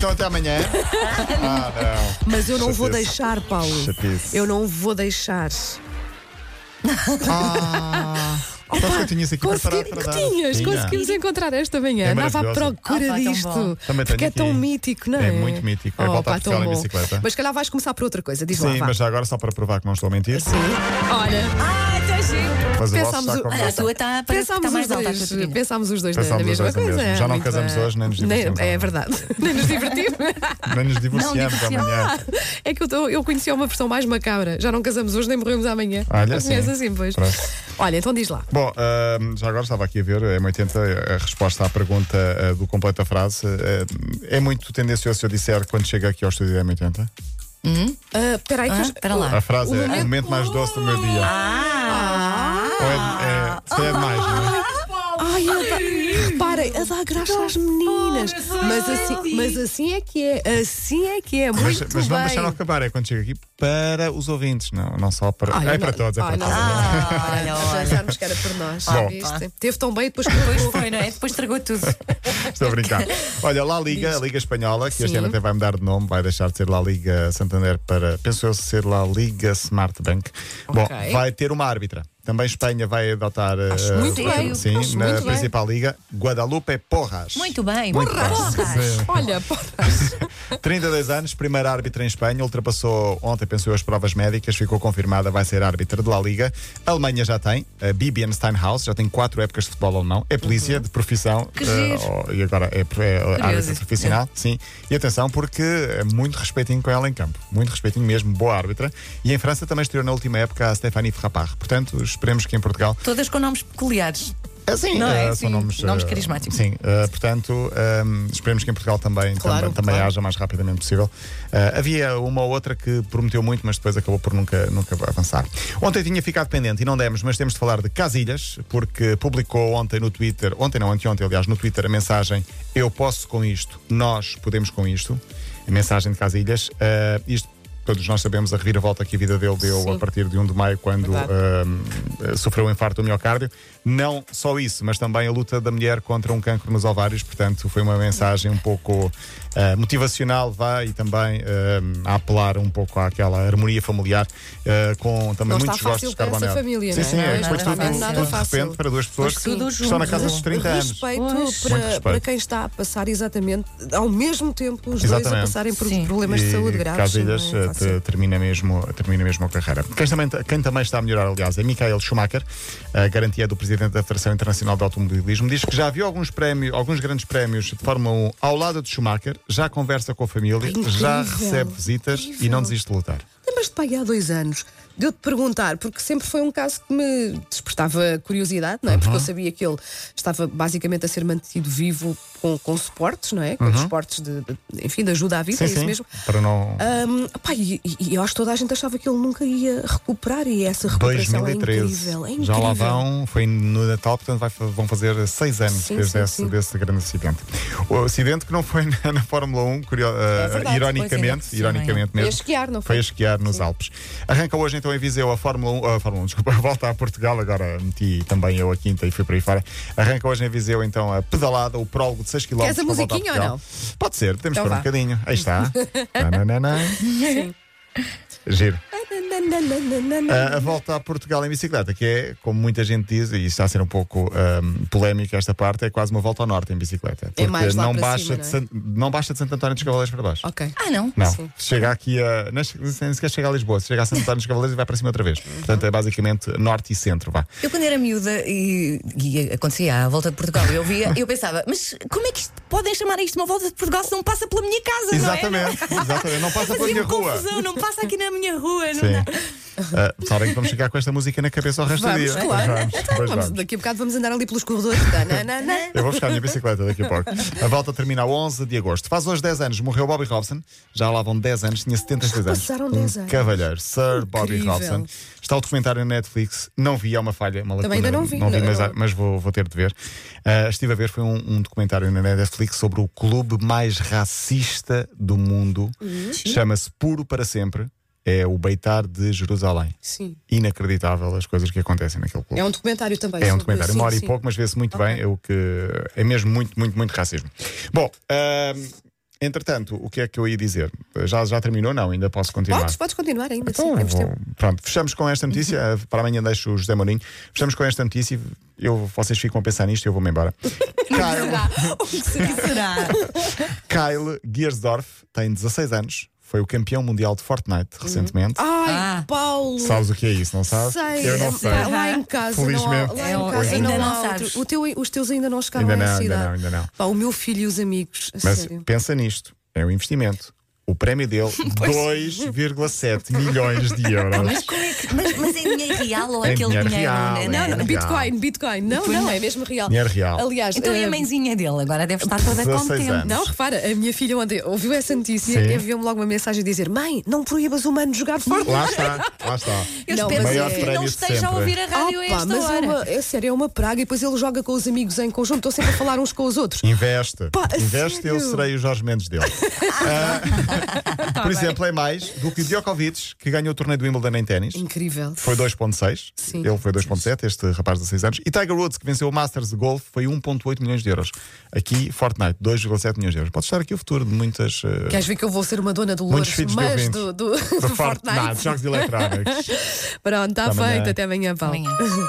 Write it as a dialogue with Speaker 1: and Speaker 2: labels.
Speaker 1: Então até amanhã. Ah, não.
Speaker 2: Mas eu não vou
Speaker 1: Chatice.
Speaker 2: deixar, Paulo.
Speaker 1: Chatice.
Speaker 2: Eu não vou deixar.
Speaker 1: Ah, sabes que eu tinha isso aqui preparado para
Speaker 2: Consegui,
Speaker 1: dar.
Speaker 2: tinhas,
Speaker 1: Tinha.
Speaker 2: conseguimos encontrar esta manhã.
Speaker 1: É
Speaker 2: Andava à
Speaker 1: maravilhosa.
Speaker 2: procura
Speaker 3: Ah, pá, tão bom.
Speaker 2: disto.
Speaker 1: Também
Speaker 2: porque
Speaker 1: tenho
Speaker 2: é tão
Speaker 1: aqui.
Speaker 2: mítico, não
Speaker 1: É
Speaker 2: é?
Speaker 1: muito mítico. É
Speaker 2: Oh,
Speaker 1: volta
Speaker 2: pá,
Speaker 1: a Portugal
Speaker 2: tão
Speaker 1: em
Speaker 2: bom.
Speaker 1: bicicleta.
Speaker 2: Mas se calhar vais começar por outra coisa, diz lá.
Speaker 1: Sim,
Speaker 2: vá.
Speaker 1: mas já agora só para provar que não estou a mentir.
Speaker 2: Sim. Olha,
Speaker 3: Ah, então giro.
Speaker 1: Mas o vosso
Speaker 2: Pensámos
Speaker 1: está
Speaker 2: o- é
Speaker 1: como
Speaker 3: Olha, a tua está parece que
Speaker 2: pensámos
Speaker 3: está
Speaker 2: os,
Speaker 3: tá mais alta a tua
Speaker 2: dois,
Speaker 3: filha.
Speaker 2: pensámos os dois na-
Speaker 1: Pensámos
Speaker 2: na
Speaker 1: os
Speaker 2: mesma
Speaker 1: dois na
Speaker 2: coisa.
Speaker 1: mesma. Já não
Speaker 2: Muito
Speaker 1: casamos
Speaker 2: bem.
Speaker 1: hoje, nem nos divorciamos
Speaker 2: É
Speaker 1: amanhã.
Speaker 2: verdade. Nem nos divertimos.
Speaker 1: Nem nos divorciamos
Speaker 3: divorciamos.
Speaker 1: amanhã.
Speaker 2: é que eu, tô- eu conhecia uma versão mais macabra. Já não casamos hoje, nem morremos amanhã.
Speaker 1: Olha,
Speaker 2: Eu
Speaker 1: sim.
Speaker 2: conheço assim, pois.
Speaker 1: Pronto.
Speaker 2: Olha, então diz lá.
Speaker 1: Bom, ahm, já agora estava aqui a ver, é 80 a resposta à pergunta ah, do completa frase. Ah, é muito tendencioso se eu disser quando chega aqui ao estúdio é 80
Speaker 2: Ah, Espera aí, que
Speaker 3: Ah,
Speaker 2: eu-
Speaker 3: espera lá.
Speaker 1: A frase
Speaker 2: O
Speaker 1: é
Speaker 2: momento-
Speaker 1: o momento mais doce do meu dia.
Speaker 3: Ah,
Speaker 1: Ou é, é, se calhar é demais, não
Speaker 2: Ah,
Speaker 1: é?
Speaker 2: Ai, eu tá... reparem, a dar graça às meninas. Mas assim, mas assim é que é, assim é que é. Muito
Speaker 1: Mas, mas
Speaker 2: bem.
Speaker 1: não deixaram acabar, é quando chega aqui para os ouvintes, não, não só para.
Speaker 2: Ai,
Speaker 1: é
Speaker 2: não-
Speaker 1: para todos, é para
Speaker 2: ai, não.
Speaker 1: todos.
Speaker 3: Ah, olha,
Speaker 2: Já
Speaker 3: olha.
Speaker 2: achámos que era por nós.
Speaker 1: Bom.
Speaker 2: viste? Teve tão bem depois
Speaker 3: Pois
Speaker 2: que
Speaker 3: foi, não é? Depois estragou tudo.
Speaker 1: Estou a brincar. Olha, lá Liga, a Liga Espanhola, que este ano até vai mudar de nome, vai deixar de ser lá Liga Santander para, penso eu, ser lá Liga Smart Bank. Bom, vai ter uma árbitra. Também Espanha vai adotar. eh,
Speaker 2: muito bem,
Speaker 1: Sim,
Speaker 2: acho
Speaker 1: na
Speaker 2: muito bem.
Speaker 1: principal liga, Guadalupe Porras.
Speaker 3: Muito bem.
Speaker 1: Muito
Speaker 3: Porras.
Speaker 1: bem. Sim.
Speaker 2: Olha, pô,
Speaker 1: 32 anos, primeira árbitra em Espanha, ultrapassou ontem, pensou as provas médicas, ficou confirmada, vai ser árbitra de La Liga. A Alemanha já tem, a Bibian Steinhaus, já tem quatro épocas de futebol alemão, é polícia de profissão
Speaker 3: Uhum. Que
Speaker 1: eh,
Speaker 3: giro.
Speaker 1: oh, e agora é, pro- é árbitra
Speaker 3: Curioso.
Speaker 1: profissional, sim. E atenção, porque é muito respeitinho com ela em campo, muito respeitinho mesmo, boa árbitra. E em França também estreou na última época a Stéphanie Frappard. Portanto, esperemos que em Portugal
Speaker 3: Todas com nomes peculiares.
Speaker 1: ah, Sim,
Speaker 3: Não é?
Speaker 1: ah, são
Speaker 3: Sim,
Speaker 1: nomes,
Speaker 3: nomes
Speaker 1: ah,
Speaker 3: carismáticos.
Speaker 1: Sim, ah, portanto, ahm, esperemos que em Portugal também,
Speaker 2: Claro,
Speaker 1: também, também
Speaker 2: claro.
Speaker 1: haja o mais rapidamente possível. Ah, havia uma ou outra que prometeu muito, mas depois acabou por nunca, nunca avançar. Ontem tinha ficado pendente e não demos, mas temos de falar de Casilhas, porque publicou ontem no Twitter, ontem não, anteontem, aliás, no Twitter, a mensagem Eu posso com isto, nós podemos com isto. A mensagem de Casilhas. Ah, isto Todos nós sabemos a reviravolta que a vida dele deu
Speaker 2: Sim.
Speaker 1: a partir de 1 de maio, quando
Speaker 2: Verdade.
Speaker 1: ah, sofreu um infarto do miocárdio. Não só isso, mas também a luta da mulher contra um cancro nos ovários. Portanto, foi uma mensagem um pouco ah, motivacional, vá, e também ah, a apelar um pouco àquela harmonia familiar, ah, com também
Speaker 2: Não está
Speaker 1: muitos gostos
Speaker 2: fácil
Speaker 1: de
Speaker 2: para essa
Speaker 1: carbonel.
Speaker 2: família,
Speaker 1: sim,
Speaker 2: não é?
Speaker 1: sim,
Speaker 2: Não
Speaker 1: é,
Speaker 2: é
Speaker 1: que foi
Speaker 2: nada
Speaker 1: tudo,
Speaker 2: fácil.
Speaker 1: tudo
Speaker 2: Nada
Speaker 1: de
Speaker 2: fácil.
Speaker 1: repente para duas pessoas que,
Speaker 3: tudo
Speaker 1: que estão na casa dos 30 anos.
Speaker 2: respeito,
Speaker 3: Pois.
Speaker 2: para,
Speaker 1: Muito respeito.
Speaker 2: para quem está a passar exatamente ao mesmo tempo os dois a
Speaker 1: Exatamente.
Speaker 2: passarem por
Speaker 3: Sim.
Speaker 2: problemas de
Speaker 1: E
Speaker 2: saúde graves.
Speaker 1: Casilhas
Speaker 2: não é
Speaker 1: eh,
Speaker 2: fácil.
Speaker 1: te- termina, mesmo, termina mesmo a carreira. Quem também, quem também está a melhorar, aliás, é Michael Schumacher, a garantia do presidente da Federação Internacional de Automobilismo. Diz que já viu alguns prémios, alguns grandes prémios de Fórmula 1 ao lado de Schumacher, já conversa com a família,
Speaker 2: Incrível.
Speaker 1: já recebe visitas e
Speaker 2: Incrível.
Speaker 1: não desiste de lutar.
Speaker 2: Lembras-te, É, pai, há dois anos, de eu te perguntar, porque sempre foi um caso que me despertava curiosidade, não é?
Speaker 1: Uhum.
Speaker 2: Porque eu sabia que ele estava basicamente a ser mantido vivo com, com suportes, não é? Com
Speaker 1: Uhum.
Speaker 2: suportes de, de- enfim, de ajuda à vida, é isso mesmo.
Speaker 1: Para não.
Speaker 2: Ahm, pá, e, e eu acho que toda a gente achava que ele nunca ia recuperar e essa recuperação é
Speaker 1: 2013.
Speaker 2: incrível, é incrível.
Speaker 1: Já lá vão, foi no Natal, portanto vai, vão fazer seis anos
Speaker 2: Sim,
Speaker 1: desde
Speaker 2: sim,
Speaker 1: esse,
Speaker 2: sim.
Speaker 1: desse grande acidente. O acidente que não foi na, na Fórmula 1,
Speaker 2: É
Speaker 1: curio- eh,
Speaker 3: verdade, pois, ainda
Speaker 1: ironicamente,
Speaker 3: por cima,
Speaker 1: ironicamente
Speaker 2: Foi a
Speaker 1: mesmo.
Speaker 2: esquiar, não
Speaker 1: Foi
Speaker 2: foi?
Speaker 1: a esquiar nos Alpes. Arranca hoje então em Viseu a Fórmula 1, a Fórmula 1, desculpa, a volta a Portugal, agora meti também eu a quinta e fui para aí fora. Arranca hoje em Viseu então a pedalada, o prólogo de 6 km.
Speaker 2: Queres a
Speaker 1: para volta a
Speaker 2: musiquinha ou
Speaker 1: Portugal. Pode ser, podemos
Speaker 2: Então
Speaker 1: pôr um
Speaker 2: vá.
Speaker 1: bocadinho. Aí está. Nananana.
Speaker 2: Ah,
Speaker 1: Giro. A, a volta a Portugal em bicicleta, que é, como muita gente diz, e está a ser um pouco ahm, polémica esta parte, é quase uma volta ao norte em bicicleta. Porque
Speaker 2: É mais lá
Speaker 1: não,
Speaker 2: para
Speaker 1: baixa
Speaker 2: cima,
Speaker 1: de
Speaker 2: não é?
Speaker 1: San- não baixa de Santo António dos Cavaleiros para baixo.
Speaker 2: Ok.
Speaker 3: Ah, não?
Speaker 1: Não,
Speaker 2: Sim.
Speaker 1: chega aqui a. Nem se- nem sequer chega a Lisboa, se chega a Santo António dos Cavaleiros e vai para cima outra vez.
Speaker 2: Uhum.
Speaker 1: Portanto, é basicamente norte e centro, vá.
Speaker 3: Eu quando era miúda e, e acontecia à volta de Portugal, eu via, eu pensava, mas como é que isto, podem chamar isto uma volta de Portugal se não passa pela minha casa, não é?
Speaker 1: exatamente, exatamente. Não
Speaker 2: Assim
Speaker 1: passa pela
Speaker 3: Fazia-me
Speaker 1: minha rua.
Speaker 3: confusão, não passa aqui na minha rua, não
Speaker 1: Sim.
Speaker 3: dá.
Speaker 1: Ah, sabem que vamos chegar com esta música na cabeça ao resto do
Speaker 2: Vamos,
Speaker 1: dia. Pois
Speaker 2: claro.
Speaker 1: Vamos,
Speaker 2: Então,
Speaker 1: pois
Speaker 2: vamos-
Speaker 1: vamos.
Speaker 2: Daqui a bocado vamos andar ali pelos corredores. Tananana.
Speaker 1: Eu vou buscar a minha bicicleta daqui a pouco. A volta termina a 11 de agosto. Faz hoje 10 anos, morreu Bobby Robson. Já lá vão 10 anos, tinha 73 anos.
Speaker 2: passaram
Speaker 1: um
Speaker 2: 10 anos.
Speaker 1: Cavalheiro, Sir Bobby
Speaker 2: Incrível.
Speaker 1: Robson. Está o documentário na Netflix. Não vi, é uma falha, uma lacuna.
Speaker 2: Também ainda não vi, não-
Speaker 1: mas,
Speaker 2: não-
Speaker 1: mas vou, vou ter de ver. Ah, estive a ver, foi um, um documentário na Netflix sobre o clube mais racista do mundo. Chama-se Puro para Sempre. É o Beitar de Jerusalém.
Speaker 2: Sim.
Speaker 1: Inacreditável as coisas que acontecem naquele clube.
Speaker 2: É um documentário também.
Speaker 1: É um
Speaker 2: sobre-
Speaker 1: documentário,
Speaker 2: sim,
Speaker 1: uma hora e
Speaker 2: sim.
Speaker 1: pouco, mas vê-se muito bem. É, o que, é mesmo muito, muito, muito racismo. Bom, ahm, Entretanto, o que é que eu ia dizer? Já, já terminou? Não, ainda posso continuar.
Speaker 2: Podes, podes continuar ainda, sim, um-
Speaker 1: Então,
Speaker 2: temos
Speaker 1: vou-
Speaker 2: tempo.
Speaker 1: pronto, fechamos com esta notícia.
Speaker 2: Uhum.
Speaker 1: Eh, Para amanhã deixo o José Mourinho. Fechamos com esta notícia. e Eu, vocês ficam a pensar nisto e eu vou-me embora. Kyle,
Speaker 3: O que será?
Speaker 1: Kyle Giersdorf tem 16 anos. Foi o campeão mundial de Fortnite
Speaker 2: Uhum.
Speaker 1: recentemente.
Speaker 2: Ai,
Speaker 3: Ah.
Speaker 2: Paulo!
Speaker 1: Sabes o que é isso, não sabes?
Speaker 2: Sei,
Speaker 1: eu não
Speaker 2: é,
Speaker 1: sei.
Speaker 2: pá, lá em casa,
Speaker 1: Felizmente.
Speaker 2: não há, lá
Speaker 3: É,
Speaker 2: em casa
Speaker 3: ainda
Speaker 2: não
Speaker 3: não
Speaker 2: há
Speaker 3: sabes.
Speaker 2: outro. O teu- os teus ainda não chegaram
Speaker 1: Ainda
Speaker 2: a
Speaker 1: não,
Speaker 2: essa
Speaker 1: ainda
Speaker 2: idade.
Speaker 1: não, ainda não.
Speaker 2: Pá, o meu filho e os amigos, a
Speaker 1: Mas
Speaker 2: sério.
Speaker 1: pensa nisto, é um investimento. O prémio dele, 2,7 milhões de euros.
Speaker 3: Mas como é que. Mas, mas é dinheiro real ou
Speaker 1: É
Speaker 3: aquele
Speaker 1: dinheiro
Speaker 3: dinheiro?
Speaker 1: real, é
Speaker 3: né? Não,
Speaker 2: Não,
Speaker 3: não.
Speaker 2: não, Bitcoin, Bitcoin. Não,
Speaker 3: Pois
Speaker 2: não,
Speaker 3: não.
Speaker 2: é mesmo real.
Speaker 1: Dinheiro real.
Speaker 2: Aliás,
Speaker 3: Então e
Speaker 2: eh,
Speaker 3: a mãezinha dele agora deve estar toda
Speaker 1: 16
Speaker 3: contente.
Speaker 1: anos.
Speaker 2: Não, repara, a minha filha ontem ouviu essa notícia
Speaker 1: Sim.
Speaker 2: e enviou-me logo uma mensagem a dizer: Mãe, não proíbas o humano de jogar Fortnite.
Speaker 1: Lá está, lá está.
Speaker 3: Eu
Speaker 2: Não,
Speaker 3: espero
Speaker 2: mas
Speaker 3: que
Speaker 2: é-
Speaker 3: o filho
Speaker 1: Prémio
Speaker 3: não
Speaker 1: de
Speaker 3: esteja
Speaker 1: sempre.
Speaker 3: a ouvir a rádio a
Speaker 2: Opa,
Speaker 3: esta
Speaker 2: mas é,
Speaker 3: hora.
Speaker 2: uma, é sério, é uma praga e depois ele joga com os amigos em conjunto, estão sempre a falar uns com os outros.
Speaker 1: Investe.
Speaker 2: Pá, a
Speaker 1: Investe, eu
Speaker 2: sério?
Speaker 1: serei o Jorge Mendes dele. Ah,
Speaker 3: Tá
Speaker 1: por exemplo, é mais do que Djokovic, que ganhou o torneio do Wimbledon em ténis.
Speaker 2: Incrível.
Speaker 1: Foi 2,6.
Speaker 2: Sim.
Speaker 1: Ele foi 2,7, este rapaz de 16 anos. E Tiger Woods, que venceu o Masters de Golf, foi 1,8 milhões de euros. Aqui, Fortnite, 2,7 milhões de euros. Pode estar aqui o futuro de muitas. eh,
Speaker 2: Queres ver que eu vou ser uma dona do
Speaker 1: Muitos
Speaker 2: Lourdes,
Speaker 1: filhos de
Speaker 2: mas
Speaker 1: ouvintes.
Speaker 2: do, do, do
Speaker 1: de
Speaker 2: Fortnite?
Speaker 1: Nou, Jogos eletrónicos.
Speaker 2: Pronto, está
Speaker 1: Até amanhã.
Speaker 2: feito. Até amanhã, Paulo.
Speaker 3: Amanhã.